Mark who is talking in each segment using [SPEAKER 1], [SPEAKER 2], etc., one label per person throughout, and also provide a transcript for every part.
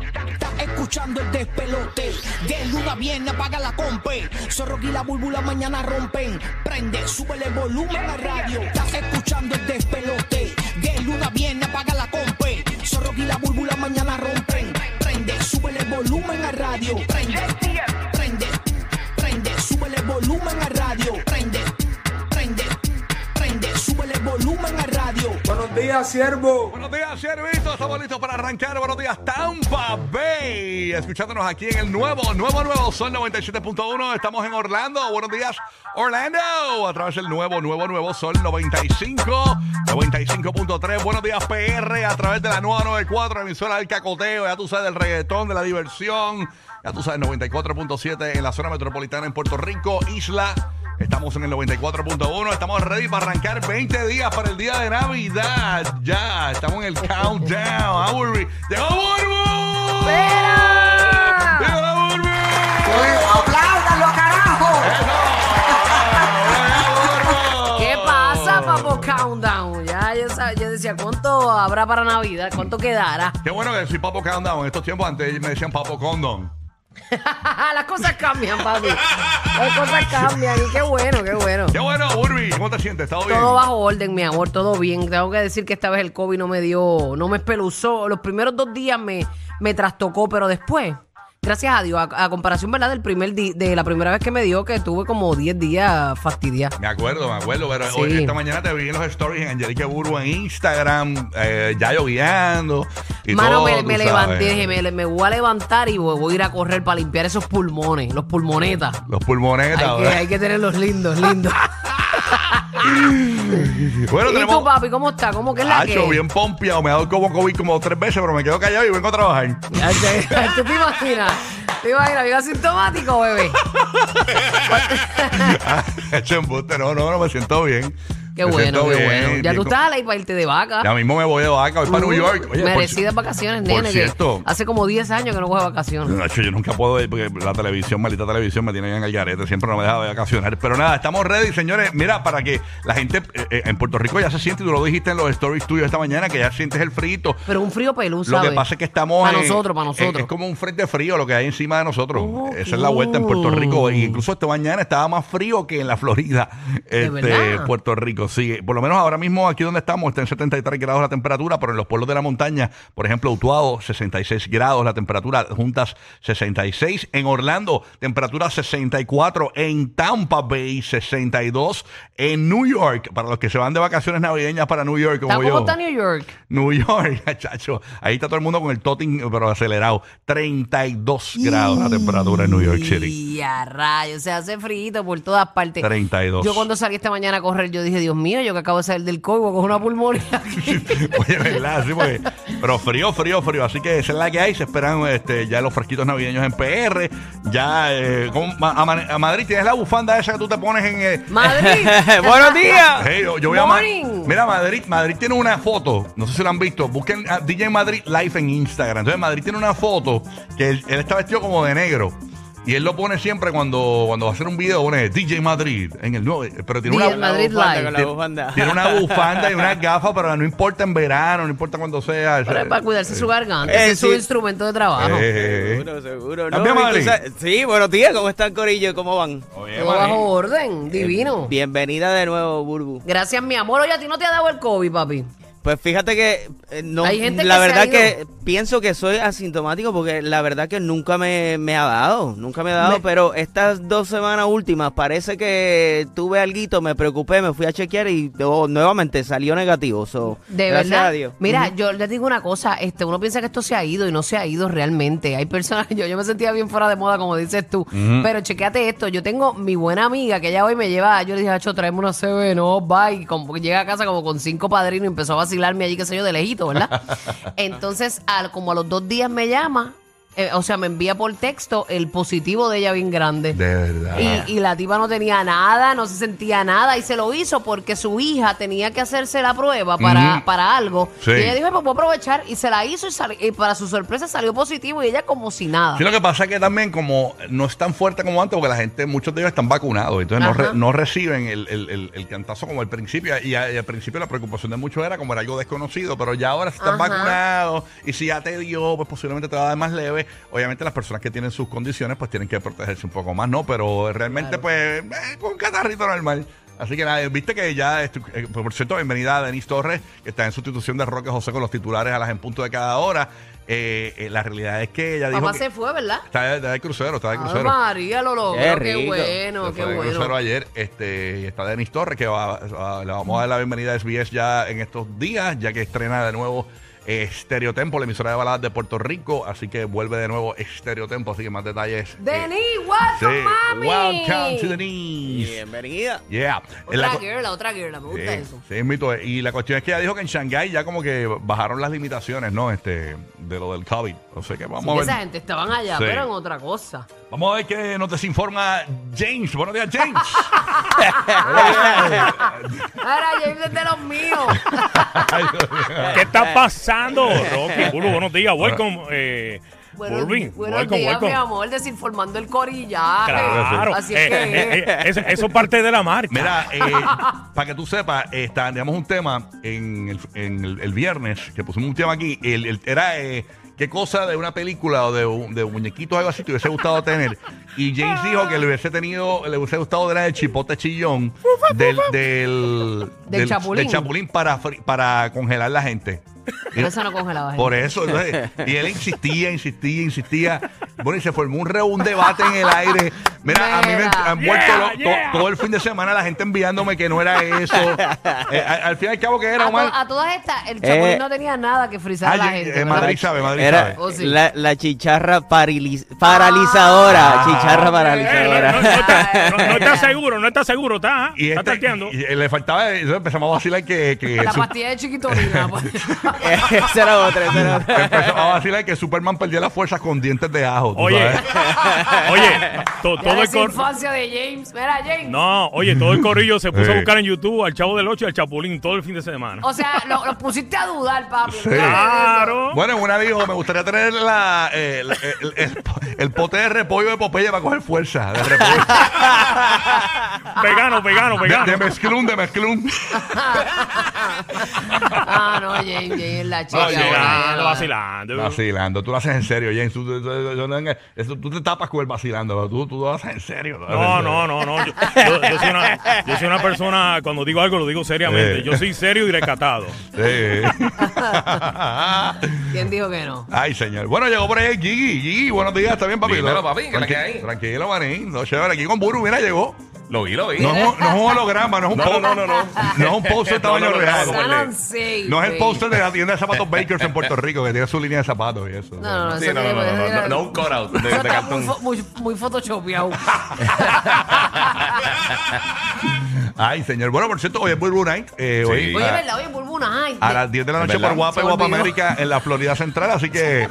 [SPEAKER 1] Estás escuchando el despelote. De luna bien, apaga la compe. Zorro y la búlbula mañana rompen. Prende, sube el volumen a la radio. Estás escuchando el despelote. De luna bien, apaga la compe. Zorro y la búlbula mañana rompen. Prende, sube el volumen a radio. Prende, prende, prende, sube el volumen a radio. Prende, prende, prende, sube el volumen a radio.
[SPEAKER 2] Buenos días, siervo.
[SPEAKER 3] Buenos días, Servito. Estamos listos para arrancar. Buenos días, Tampa Bay. Escuchándonos aquí en el nuevo, nuevo, nuevo Sol 97.1. Estamos en Orlando. Buenos días, Orlando. A través del nuevo, nuevo, nuevo Sol 95, 95.3. Buenos días, PR. A través de la nueva 94, emisora del cacoteo. Ya tú sabes del reggaetón, de la diversión. Ya tú sabes, 94.7 en la zona metropolitana en Puerto Rico, Isla. Estamos en el 94.1, estamos ready para arrancar 20 días para el día de Navidad. Ya, estamos en el countdown. Ah, Burby. ¡Llegó Burbu! ¡Llegó la Burbu!
[SPEAKER 4] ¡Apláudalo, carajo!
[SPEAKER 3] ¡Eso! ¡Llegó Burbu!
[SPEAKER 4] ¿Qué pasa, papo Countdown? Ya yo, sab- yo decía, ¿cuánto habrá para Navidad? ¿Cuánto quedará?
[SPEAKER 3] Qué bueno que soy Papo Countdown. En estos tiempos antes me decían Papo Condom.
[SPEAKER 4] Las cosas cambian, papi. Las cosas cambian y qué bueno, qué bueno.
[SPEAKER 3] Qué bueno, Burby. ¿Cómo te sientes? ¿Estado bien?
[SPEAKER 4] Todo bajo orden, mi amor, todo bien. Tengo que decir que esta vez el COVID no me dio, no me espeluzó. Los primeros dos días me, me trastocó, pero después, gracias a Dios, a, a comparación, ¿verdad? Del primer di- de la primera vez que me dio, que tuve como 10 días fastidiados.
[SPEAKER 3] Me acuerdo, me acuerdo, pero
[SPEAKER 4] Sí.
[SPEAKER 3] hoy, esta mañana te vi en los stories en Angelique Burbu en Instagram, eh, ya lloviando. y
[SPEAKER 4] Mano,
[SPEAKER 3] todo,
[SPEAKER 4] me,
[SPEAKER 3] tú
[SPEAKER 4] me
[SPEAKER 3] sabes.
[SPEAKER 4] levanté, dije, me, me voy a levantar y voy, voy a ir a correr para limpiar esos pulmones, los pulmonetas.
[SPEAKER 3] Los pulmonetas.
[SPEAKER 4] Hay que,
[SPEAKER 3] ¿verdad?
[SPEAKER 4] hay que tenerlos lindos, lindos.
[SPEAKER 3] Bueno,
[SPEAKER 4] ¿Y
[SPEAKER 3] tenemos.
[SPEAKER 4] tú, papi, cómo está? ¿Cómo que es la
[SPEAKER 3] Hacho,
[SPEAKER 4] que?
[SPEAKER 3] bien pompeado. Me ha dado como COVID como tres veces, pero me quedo callado y vengo a trabajar.
[SPEAKER 4] Ya sé. ¿Tú te imaginas? ¿Te imaginas? ¿Viva asintomático, bebé?
[SPEAKER 3] Hacho, Ah, embuste. No, no, no, me siento bien.
[SPEAKER 4] Qué
[SPEAKER 3] Me
[SPEAKER 4] bueno,
[SPEAKER 3] siento
[SPEAKER 4] qué
[SPEAKER 3] bien,
[SPEAKER 4] bueno. Ya
[SPEAKER 3] bien
[SPEAKER 4] tú
[SPEAKER 3] con-
[SPEAKER 4] estás Uh, a la para irte de vaca.
[SPEAKER 3] Ya mismo me voy de vaca, voy para New York. Oye, por
[SPEAKER 4] Merecidas
[SPEAKER 3] ci-
[SPEAKER 4] vacaciones,
[SPEAKER 3] por
[SPEAKER 4] nene. que
[SPEAKER 3] cierto.
[SPEAKER 4] hace como 10 años que no coge vacaciones.
[SPEAKER 3] Nacho, yo nunca puedo ir porque la televisión, maldita televisión, me tiene bien al garete. Siempre no me deja de vacacionar. Pero nada, estamos ready, señores. Mira, para que la gente eh, eh, en Puerto Rico ya se siente, y tú lo dijiste en los stories tuyos esta mañana, que ya sientes el frito.
[SPEAKER 4] Pero un frío pelú,
[SPEAKER 3] Lo
[SPEAKER 4] ¿sabes?
[SPEAKER 3] que pasa es que estamos.
[SPEAKER 4] Para
[SPEAKER 3] en-
[SPEAKER 4] nosotros, para
[SPEAKER 3] en-
[SPEAKER 4] nosotros.
[SPEAKER 3] Es, como un frente frío lo que hay encima de nosotros.
[SPEAKER 4] Oh,
[SPEAKER 3] Esa es la vuelta en Puerto Rico. E incluso esta mañana estaba más frío que en la Florida. Este,
[SPEAKER 4] verdad?
[SPEAKER 3] Puerto Rico, sí. Por lo menos ahora mismo aquí donde estamos está en 73 grados la temperatura, pero en los pueblos de la montaña, por ejemplo, Utuado, 66 grados la temperatura, juntas 66. En Orlando, temperatura 64. En Tampa Bay, 62. En New York, para los que se van de vacaciones navideñas para New York, como
[SPEAKER 4] ¿Está-
[SPEAKER 3] yo.
[SPEAKER 4] ¿Cómo está New York?
[SPEAKER 3] New York, chacho. Ahí está todo el mundo con el toting, pero acelerado. 32 grados la temperatura en New York City.
[SPEAKER 4] Y a rayos, se hace frito por todas partes.
[SPEAKER 3] 32.
[SPEAKER 4] Yo cuando salí esta mañana a correr, yo dije, Dios mío, yo que acabo de salir del COVID, voy a coger una pulmonía.
[SPEAKER 3] Oye, ¿verdad? Sí, porque- pero frío, frío, frío. Así que esa es la que hay. Se esperan este, ya los fresquitos navideños en PR. Ya, eh, ¿cómo? Ma- a, Ma- a Madrid tienes la bufanda esa que tú te pones en... eh,
[SPEAKER 4] Madrid.
[SPEAKER 5] ¡Buenos días!
[SPEAKER 3] Hey, yo, yo voy a Ma-
[SPEAKER 4] Morning.
[SPEAKER 3] Mira, Madrid, Madrid tiene una foto. No sé si lo han visto. Busquen a DJ Madrid Live en Instagram. Entonces, Madrid tiene una foto que él, él está vestido como de negro. Y él lo pone siempre cuando, cuando va a hacer un video, pone DJ Madrid en el nuevo. Pero tiene
[SPEAKER 4] DJ
[SPEAKER 3] una.
[SPEAKER 4] Madrid
[SPEAKER 5] bufanda,
[SPEAKER 4] Live.
[SPEAKER 5] con la
[SPEAKER 3] tiene-
[SPEAKER 5] bufanda.
[SPEAKER 3] Tiene una bufanda y unas gafas, pero no importa en verano, no importa cuando sea.
[SPEAKER 4] Pero es para cuidarse su garganta,
[SPEAKER 5] Eh,
[SPEAKER 4] ese es su
[SPEAKER 5] sí.
[SPEAKER 4] instrumento de trabajo.
[SPEAKER 3] Eh,
[SPEAKER 5] Seguro, seguro.
[SPEAKER 3] También,
[SPEAKER 5] No,
[SPEAKER 3] Madrid.
[SPEAKER 5] entonces- sí, buenos días. ¿Cómo están, Corillo? ¿Cómo van?
[SPEAKER 3] oye,
[SPEAKER 4] Todo
[SPEAKER 3] Madrid.
[SPEAKER 4] bajo
[SPEAKER 3] eh,
[SPEAKER 4] orden, divino.
[SPEAKER 5] Bienvenida de nuevo, Burbu.
[SPEAKER 4] Gracias, mi amor. Oye, a ti no te ha dado el COVID, papi.
[SPEAKER 5] Pues fíjate que eh, no.
[SPEAKER 4] Hay gente
[SPEAKER 5] la
[SPEAKER 4] que se
[SPEAKER 5] verdad
[SPEAKER 4] ha ido.
[SPEAKER 5] que pienso que soy asintomático porque la verdad que nunca me, me ha dado. Nunca me ha dado,
[SPEAKER 4] Me-
[SPEAKER 5] pero estas dos semanas últimas parece que tuve alguito, me preocupé, me fui a chequear y oh, nuevamente salió negativo. so,
[SPEAKER 4] De
[SPEAKER 5] gracias
[SPEAKER 4] verdad.
[SPEAKER 5] a Dios.
[SPEAKER 4] Mira, yo les digo una cosa, este, uno piensa que esto se ha ido y no se ha ido realmente. Hay personas que yo, yo me sentía bien fuera de moda, como dices tú. Pero chequéate esto, yo tengo mi buena amiga que ella hoy me lleva, yo le dije, Hacho, tráeme una CB, no, bye. Como que llega a casa como con cinco padrinos y empezó a fusilarme allí, qué sé yo, de lejito, ¿verdad? Entonces, al, como a los dos días me llama, eh, o sea, me envía por texto el positivo de ella bien grande.
[SPEAKER 3] De verdad.
[SPEAKER 4] Y, y la tipa no tenía nada, no se sentía nada y se lo hizo porque su hija tenía que hacerse la prueba para,
[SPEAKER 3] Ujú.
[SPEAKER 4] para algo.
[SPEAKER 3] Sí.
[SPEAKER 4] Y ella dijo, "Ay, pues voy a aprovechar y se la hizo y, sali- y para su sorpresa salió positivo y ella como si nada.
[SPEAKER 3] Sí, lo que pasa es que también como no es tan fuerte como antes, porque la gente, muchos de ellos están vacunados, entonces no,
[SPEAKER 4] Ajá.
[SPEAKER 3] re- no reciben el, el- el- el cantazo como al principio. Y, a- y al principio la preocupación de muchos era como era algo desconocido, pero ya ahora si están
[SPEAKER 4] Ajá.
[SPEAKER 3] vacunados y si ya te dio, pues posiblemente te va a dar más leve. Obviamente las personas que tienen sus condiciones pues tienen que protegerse un poco más, ¿no? Pero realmente pues eh, con un catarrito normal. Así que nada, viste que ya, estu- eh, por cierto, bienvenida a Denise Torres, que está en sustitución de Roque José con los titulares a las en punto de cada hora. Eh, eh, la realidad es que ella dijo...
[SPEAKER 4] Mamá
[SPEAKER 3] que-
[SPEAKER 4] se fue, ¿verdad?
[SPEAKER 3] Está de, está de crucero, está de
[SPEAKER 4] Ay,
[SPEAKER 3] crucero.
[SPEAKER 4] María, lo logró,
[SPEAKER 5] Qué
[SPEAKER 4] qué,
[SPEAKER 5] rico.
[SPEAKER 4] bueno,
[SPEAKER 3] Se
[SPEAKER 4] Ah, qué
[SPEAKER 3] fue de crucero
[SPEAKER 4] bueno.
[SPEAKER 3] ayer. Este, y está Denis Torres, que va, va- le vamos a dar la bienvenida a SBS ya en estos días, ya que estrena de nuevo eh, Stereotempo, la emisora de baladas de Puerto Rico. Así que vuelve de nuevo Stereotempo. Así que más detalles. eh,
[SPEAKER 4] Denis, welcome,
[SPEAKER 3] sí.
[SPEAKER 4] mami.
[SPEAKER 3] Welcome to Denise.
[SPEAKER 5] Bienvenida.
[SPEAKER 3] Yeah. En la
[SPEAKER 4] Otra
[SPEAKER 3] co-
[SPEAKER 4] girl, la otra girl, me
[SPEAKER 3] Sí,
[SPEAKER 4] gusta eso.
[SPEAKER 3] sí, mito. Y la cuestión es que ella dijo que en Shanghái ya como que bajaron las limitaciones, ¿no? Este, de lo del COVID. O sea que vamos
[SPEAKER 4] Sí,
[SPEAKER 3] a
[SPEAKER 4] que
[SPEAKER 3] ver.
[SPEAKER 4] esa gente estaban allá,
[SPEAKER 3] Sí.
[SPEAKER 4] pero en otra cosa.
[SPEAKER 3] Vamos a ver que nos desinforma James. Buenos días, James.
[SPEAKER 4] Ahora, James es de los míos.
[SPEAKER 3] Ay, Dios mío.
[SPEAKER 2] ¿Qué está pasando? Rocky, Bulu, buenos días. Welcome. Eh,
[SPEAKER 4] Buenos,
[SPEAKER 2] Bulbin.
[SPEAKER 4] buenos
[SPEAKER 2] welcome,
[SPEAKER 4] días,
[SPEAKER 2] welcome.
[SPEAKER 4] mi amor, desinformando el corillaje.
[SPEAKER 2] Claro.
[SPEAKER 4] Así
[SPEAKER 2] Eh,
[SPEAKER 4] es que
[SPEAKER 2] eh, eh, eso, eso es parte de la marcha.
[SPEAKER 3] Mira, eh, para que tú sepas, eh, está- teníamos un tema en, el, en el- el viernes, que pusimos un tema aquí. El, el- era eh, qué cosa de una película o de, un- de muñequitos o algo así te hubiese gustado tener. Y James dijo que le hubiese tenido, le hubiese gustado era el chipote chillón del, del,
[SPEAKER 4] Del chapulín.
[SPEAKER 3] chapulín para, fri- para congelar la gente.
[SPEAKER 4] Pero eso no congelaba. gente.
[SPEAKER 3] Por eso, entonces, y él insistía, insistía, insistía. Bueno, y se formó un, re- un debate en el aire. Mira, a mí me
[SPEAKER 4] Mira.
[SPEAKER 3] han vuelto
[SPEAKER 2] Yeah,
[SPEAKER 3] lo- to-
[SPEAKER 2] yeah.
[SPEAKER 3] todo el fin de semana la gente enviándome que no era eso. Eh, a- al fin y al cabo, que
[SPEAKER 4] a,
[SPEAKER 3] era,
[SPEAKER 4] to-
[SPEAKER 3] Omar?
[SPEAKER 4] a todas estas, el chapulín
[SPEAKER 5] Eh,
[SPEAKER 4] no tenía nada que frizar
[SPEAKER 3] Ah,
[SPEAKER 4] a la
[SPEAKER 3] yo-
[SPEAKER 4] gente.
[SPEAKER 3] eh,
[SPEAKER 4] ¿verdad?
[SPEAKER 3] Madrid sabe, Madrid
[SPEAKER 5] Era
[SPEAKER 3] sabe.
[SPEAKER 4] Oh, sí.
[SPEAKER 5] la, la chicharra paraliz- paralizadora.
[SPEAKER 3] Ah.
[SPEAKER 5] chicharra
[SPEAKER 2] Eh, no,
[SPEAKER 5] paralizadora.
[SPEAKER 2] no, no está, no- no está seguro, no está seguro, está, ¿ah?
[SPEAKER 3] Y,
[SPEAKER 2] está
[SPEAKER 3] este-
[SPEAKER 2] tanteando.
[SPEAKER 3] y- y le faltaba, entonces empezamos a vacilar que, que
[SPEAKER 4] La
[SPEAKER 3] su-
[SPEAKER 4] pastilla de chiquitonina. pues.
[SPEAKER 3] Eh.
[SPEAKER 5] esa era otra, esa era otra.
[SPEAKER 3] empezamos a vacilar que Superman perdió las fuerzas con dientes de ajo. ¿tú
[SPEAKER 2] Oye,
[SPEAKER 3] sabes?
[SPEAKER 2] oye, to-
[SPEAKER 4] Ya
[SPEAKER 2] todo el
[SPEAKER 4] esa
[SPEAKER 2] cor-
[SPEAKER 4] infancia de James. Mira, James.
[SPEAKER 2] No, oye, todo el corrillo se puso
[SPEAKER 3] Sí.
[SPEAKER 2] a buscar en YouTube al Chavo del Ocho y al Chapulín todo el fin de semana.
[SPEAKER 4] O sea, lo, lo pusiste a dudar, papi.
[SPEAKER 3] Sí.
[SPEAKER 2] Claro.
[SPEAKER 3] Bueno, en una dijo, me gustaría tener la, eh, la- el, el- el pote de repollo de Popeye para coger fuerza. De repollo.
[SPEAKER 2] Vegano, vegano,
[SPEAKER 3] De, de
[SPEAKER 2] vegano.
[SPEAKER 3] mezclum, de mezclum.
[SPEAKER 4] Ah, no, James, James, la chica.
[SPEAKER 3] Oye,
[SPEAKER 4] ahora,
[SPEAKER 2] Vacilando,
[SPEAKER 4] ahora.
[SPEAKER 2] vacilando.
[SPEAKER 3] Vacilando, tú lo haces en serio, James. Tú, tú- tú- tú- no- eso- tú te tapas con el vacilando, pero tú, tú lo haces en serio.
[SPEAKER 2] No, no, no, no. Yo, yo- yo soy una, yo soy una persona, cuando digo algo, lo digo seriamente.
[SPEAKER 3] Eh.
[SPEAKER 2] Yo soy serio y recatado.
[SPEAKER 3] Sí.
[SPEAKER 4] ¿Quién dijo que no?
[SPEAKER 3] Ay, señor. Bueno, llegó por ahí el Gigi. Gigi, buenos días, ¿está bien, papi?
[SPEAKER 6] Dímelo,
[SPEAKER 3] No,
[SPEAKER 6] papi, ¿qué es la que hay?
[SPEAKER 3] Tranquilo, manín. No, chévere, aquí con Buru, mira, llegó.
[SPEAKER 6] Lo vi, lo vi.
[SPEAKER 3] No es, un- no es un holograma, no es un post.
[SPEAKER 6] no, no, no, no.
[SPEAKER 3] es un post de tamaño
[SPEAKER 6] No, no, no,
[SPEAKER 3] real.
[SPEAKER 6] no,
[SPEAKER 3] como el de-
[SPEAKER 4] Sanan Sey,
[SPEAKER 3] No es el
[SPEAKER 4] baby.
[SPEAKER 3] póster de la tienda de zapatos Bakers en Puerto Rico, que tiene su línea de zapatos y eso.
[SPEAKER 4] No, no, no.
[SPEAKER 6] Sí,
[SPEAKER 4] eso
[SPEAKER 6] no, no,
[SPEAKER 4] tiene-
[SPEAKER 6] no, no,
[SPEAKER 4] eso
[SPEAKER 6] no,
[SPEAKER 4] tiene-
[SPEAKER 6] no, un cutout de, de
[SPEAKER 4] Eso está muy,
[SPEAKER 6] cartón.
[SPEAKER 4] fo- muy, muy photoshopeado.
[SPEAKER 3] Ay, señor. Bueno, por cierto, hoy es Buru Night. eh,
[SPEAKER 6] Sí.
[SPEAKER 3] hoy,
[SPEAKER 4] Oye,
[SPEAKER 3] ah,
[SPEAKER 4] ¿verdad? Oye, Bulbuna, ay.
[SPEAKER 3] a las 10 de la
[SPEAKER 6] Es
[SPEAKER 3] noche por
[SPEAKER 6] verdad.
[SPEAKER 3] Guapa y
[SPEAKER 4] Se
[SPEAKER 3] Guapa
[SPEAKER 4] olvidó.
[SPEAKER 3] América en la Florida Central, así que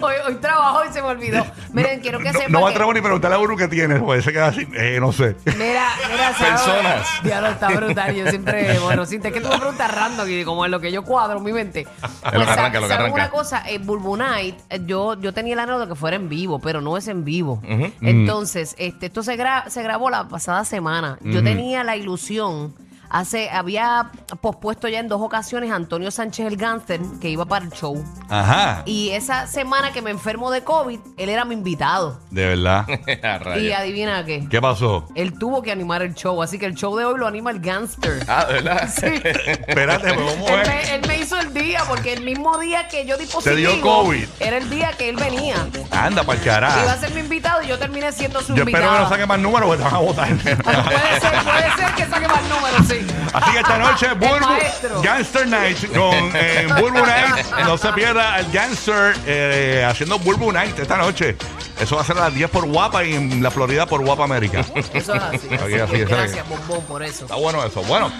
[SPEAKER 4] Hoy, hoy trabajo y se me olvidó. Miren, quiero que
[SPEAKER 3] no,
[SPEAKER 4] sepan.
[SPEAKER 3] no me
[SPEAKER 4] que-
[SPEAKER 3] atrevo ni a preguntarle a Buru qué tiene, pues se queda así, eh, no sé.
[SPEAKER 4] Mira, mira, ¿sabes?
[SPEAKER 6] Personas.
[SPEAKER 4] Ya no está brutal. Yo siempre, bueno, siente que tú me preguntas random y como es lo que yo cuadro en mi mente.
[SPEAKER 6] que arranca, lo
[SPEAKER 4] sa-
[SPEAKER 6] que
[SPEAKER 4] ¿sabes
[SPEAKER 6] arranca.
[SPEAKER 4] una cosa, en Bulbunite, yo, yo tenía el anhelo de que fuera en vivo, pero no es en vivo. Entonces, este, esto se, gra- se grabó la pasada semana. Yo tenía la ilusión. Hace, había pospuesto ya en dos ocasiones a Antonio Sánchez el Gánster, que iba para el show.
[SPEAKER 3] Ajá.
[SPEAKER 4] Y esa semana que me enfermo de COVID, él era mi invitado.
[SPEAKER 3] De verdad.
[SPEAKER 6] Ah,
[SPEAKER 4] Y
[SPEAKER 6] rayos.
[SPEAKER 4] adivina qué.
[SPEAKER 3] ¿Qué pasó?
[SPEAKER 4] Él tuvo que animar el show, así que el show de hoy lo anima el gangster.
[SPEAKER 6] Ah, ¿de ¿verdad?
[SPEAKER 4] Sí. él,
[SPEAKER 3] Espérate, pues, ¿cómo es?
[SPEAKER 4] me, él me hizo el día, porque el mismo día que yo di positivo,
[SPEAKER 3] dio COVID.
[SPEAKER 4] era el día que él venía.
[SPEAKER 3] Anda, para el
[SPEAKER 4] Iba a
[SPEAKER 3] carajo.
[SPEAKER 4] ser mi invitado y yo terminé siendo su
[SPEAKER 3] Yo espero que
[SPEAKER 4] invitada.
[SPEAKER 3] no saquen más números porque te van a votar.
[SPEAKER 4] puede ser, puede ser que saque más números, sí.
[SPEAKER 3] Así que esta noche,
[SPEAKER 4] El maestro.
[SPEAKER 3] Burbu Gangster Night con eh, Burbu Night. No se pierda el Gangster eh, haciendo Burbu Night esta noche. Eso va a ser a las 10 por Guapa y en la Florida por Guapa América.
[SPEAKER 4] Eso es así.
[SPEAKER 3] Ok,
[SPEAKER 4] así que
[SPEAKER 3] así es,
[SPEAKER 4] gracias, bombón, por eso.
[SPEAKER 3] Está bueno eso. Bueno,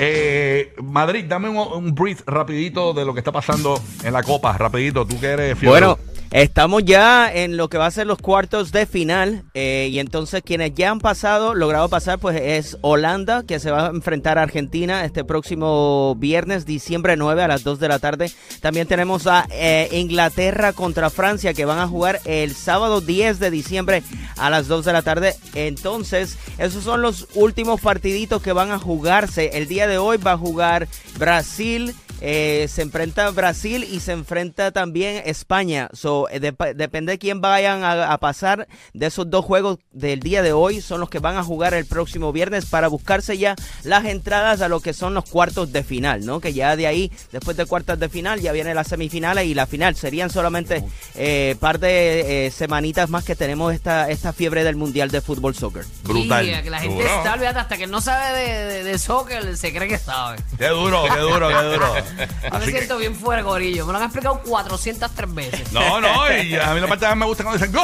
[SPEAKER 3] Eh, Madrid, dame un, un brief rapidito de lo que está pasando en la Copa, rapidito, tú que eres fiebre.
[SPEAKER 5] Bueno, estamos ya en lo que va a ser los cuartos de final eh, y entonces quienes ya han pasado, logrado pasar, pues es Holanda que se va a enfrentar a Argentina este próximo viernes, diciembre 9 a las 2 de la tarde. También tenemos a eh, Inglaterra contra Francia que van a jugar el sábado 10 de diciembre a las 2 de la tarde. Entonces, esos son los últimos partiditos que van a jugarse. El día de hoy va a jugar Brasil. Eh, se enfrenta Brasil y se enfrenta también España. So, eh, dep- depende de quién vayan a, a pasar de esos dos juegos del día de hoy. Son los que van a jugar el próximo viernes para buscarse ya las entradas a lo que son los cuartos de final, ¿no? Que ya de ahí, después de cuartos de final, ya viene las semifinales y la final. Serían solamente eh, par de eh, semanitas más que tenemos esta, esta fiebre del Mundial de Fútbol Soccer.
[SPEAKER 3] Brutal.
[SPEAKER 4] Sí, que la gente
[SPEAKER 3] Duro.
[SPEAKER 4] está olvidada hasta que no sabe de, de- de soccer, se cree que sabe.
[SPEAKER 3] Qué duro, qué duro, qué duro.
[SPEAKER 4] Yo me
[SPEAKER 3] Así que-
[SPEAKER 4] siento bien fuera, gorillo. Me lo han explicado 403 veces.
[SPEAKER 3] no, no, y a mí la parte que más me gusta cuando dicen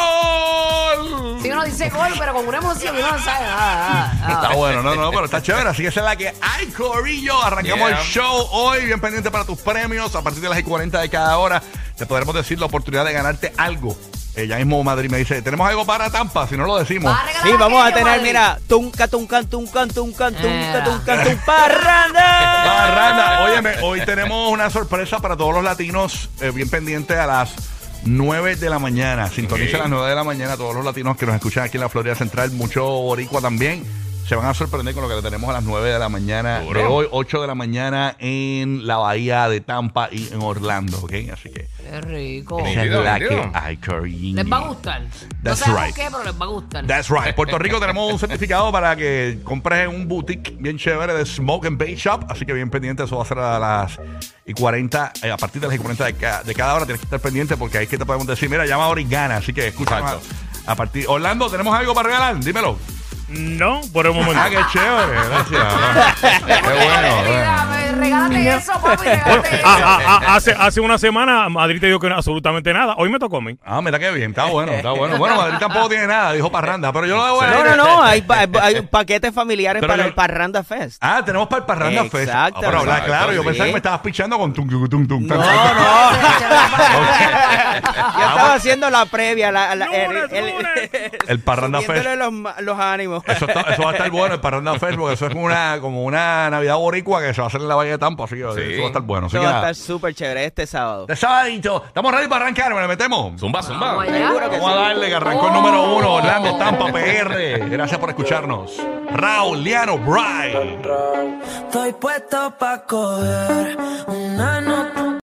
[SPEAKER 3] ¡Gol!
[SPEAKER 4] Si uno dice gol, pero con una emoción uno no sabe nada. Ah, nada, nada.
[SPEAKER 3] Está bueno, no, no, pero está chévere. Así que esa es la que hay, Corillo. Arrancamos
[SPEAKER 6] Yeah.
[SPEAKER 3] el show hoy. Bien pendiente para tus premios. A partir de las 40 de cada hora, te podremos decir la oportunidad de ganarte algo. Eh, ya mismo Madrid me dice: Tenemos algo para Tampa, si no lo decimos.
[SPEAKER 4] Va a regalar
[SPEAKER 5] Sí, vamos a
[SPEAKER 4] aquello,
[SPEAKER 5] tener,
[SPEAKER 4] Madrid.
[SPEAKER 5] mira, tunca, tunca, tunca, tunca, tunca,
[SPEAKER 4] Ah.
[SPEAKER 5] tunca, tunca, parranda.
[SPEAKER 3] Barranda, óyeme, hoy tenemos una sorpresa para todos los latinos. eh, bien pendiente a las 9 de la mañana. Sintoniza
[SPEAKER 6] Ok.
[SPEAKER 3] a las 9 de la mañana. Todos los latinos que nos escuchan aquí en la Florida Central, mucho boricua también. Se van a sorprender con lo que le tenemos a las 9 de la mañana
[SPEAKER 6] Seguro.
[SPEAKER 3] de hoy, 8 de la mañana en la bahía de Tampa y en Orlando, ¿ok? Así que
[SPEAKER 4] Qué rico.
[SPEAKER 3] esa es
[SPEAKER 6] Nítido,
[SPEAKER 3] la
[SPEAKER 6] nítido.
[SPEAKER 3] que hay, Corinne.
[SPEAKER 4] Les va a gustar. no
[SPEAKER 3] That's
[SPEAKER 4] sabemos
[SPEAKER 3] right.
[SPEAKER 4] qué, pero les va a gustar.
[SPEAKER 3] That's right. Puerto Rico tenemos un certificado para que compres en un boutique bien chévere de Smoke and Bake Shop. Así que bien pendiente, eso va a ser a las y 40, eh, a partir de las y 40 de, ca- de cada hora tienes que estar pendiente porque ahí es que te podemos decir, mira, llama ahora y gana. Así que escucha.
[SPEAKER 6] Exacto.
[SPEAKER 3] A, a partir, Orlando, ¿tenemos algo para regalar? Dímelo.
[SPEAKER 2] No, por el momento.
[SPEAKER 3] Ah, qué chévere. Gracias. qué bueno.
[SPEAKER 4] Mira, regálate eso, papi,
[SPEAKER 2] Bueno,
[SPEAKER 4] regálate eso.
[SPEAKER 2] a- a- a- Ah, hace, hace una semana Madrid te dijo que no, absolutamente nada. Hoy me tocó a mí.
[SPEAKER 3] Ah, mira qué bien, está bueno, está bueno. Bueno, Madrid tampoco tiene nada, dijo Parranda, pero yo lo debo
[SPEAKER 5] No, no, no, hay, pa- hay paquetes familiares
[SPEAKER 3] Pero
[SPEAKER 5] para
[SPEAKER 3] yo-
[SPEAKER 5] el Parranda Fest.
[SPEAKER 3] Ah, tenemos para el Parranda Fest. Ah,
[SPEAKER 5] Exacto.
[SPEAKER 3] pero habla claro, yo
[SPEAKER 6] Exacto,
[SPEAKER 3] pensaba
[SPEAKER 5] sí.
[SPEAKER 3] que me estabas pichando con tum, tum, tum, tum.
[SPEAKER 5] No, no, yo estaba haciendo la previa, la, la-
[SPEAKER 2] Lunes, lunes.
[SPEAKER 3] El Parranda Fest.
[SPEAKER 5] subiéndole los, ma- los ánimos.
[SPEAKER 3] Eso, está- eso va a estar bueno, el Parranda Fest, porque eso es como una, como una Navidad boricua que se va a hacer en la Valle de Tampa, así que eso va a estar bueno. Así
[SPEAKER 5] Eso
[SPEAKER 3] que
[SPEAKER 5] va a
[SPEAKER 3] nada.
[SPEAKER 5] estar súper chévere este sábado.
[SPEAKER 3] De sabadito, estamos ready para arrancar, ¿me le metemos?
[SPEAKER 6] Zumba, zumba.
[SPEAKER 4] Vamos allá.
[SPEAKER 5] Seguro que
[SPEAKER 3] Vamos a darle que Oh. arrancó el número uno, Orlando Tampa PR. Gracias por escucharnos. Raúl Liano Brian.
[SPEAKER 7] Estoy puesto pa' coger una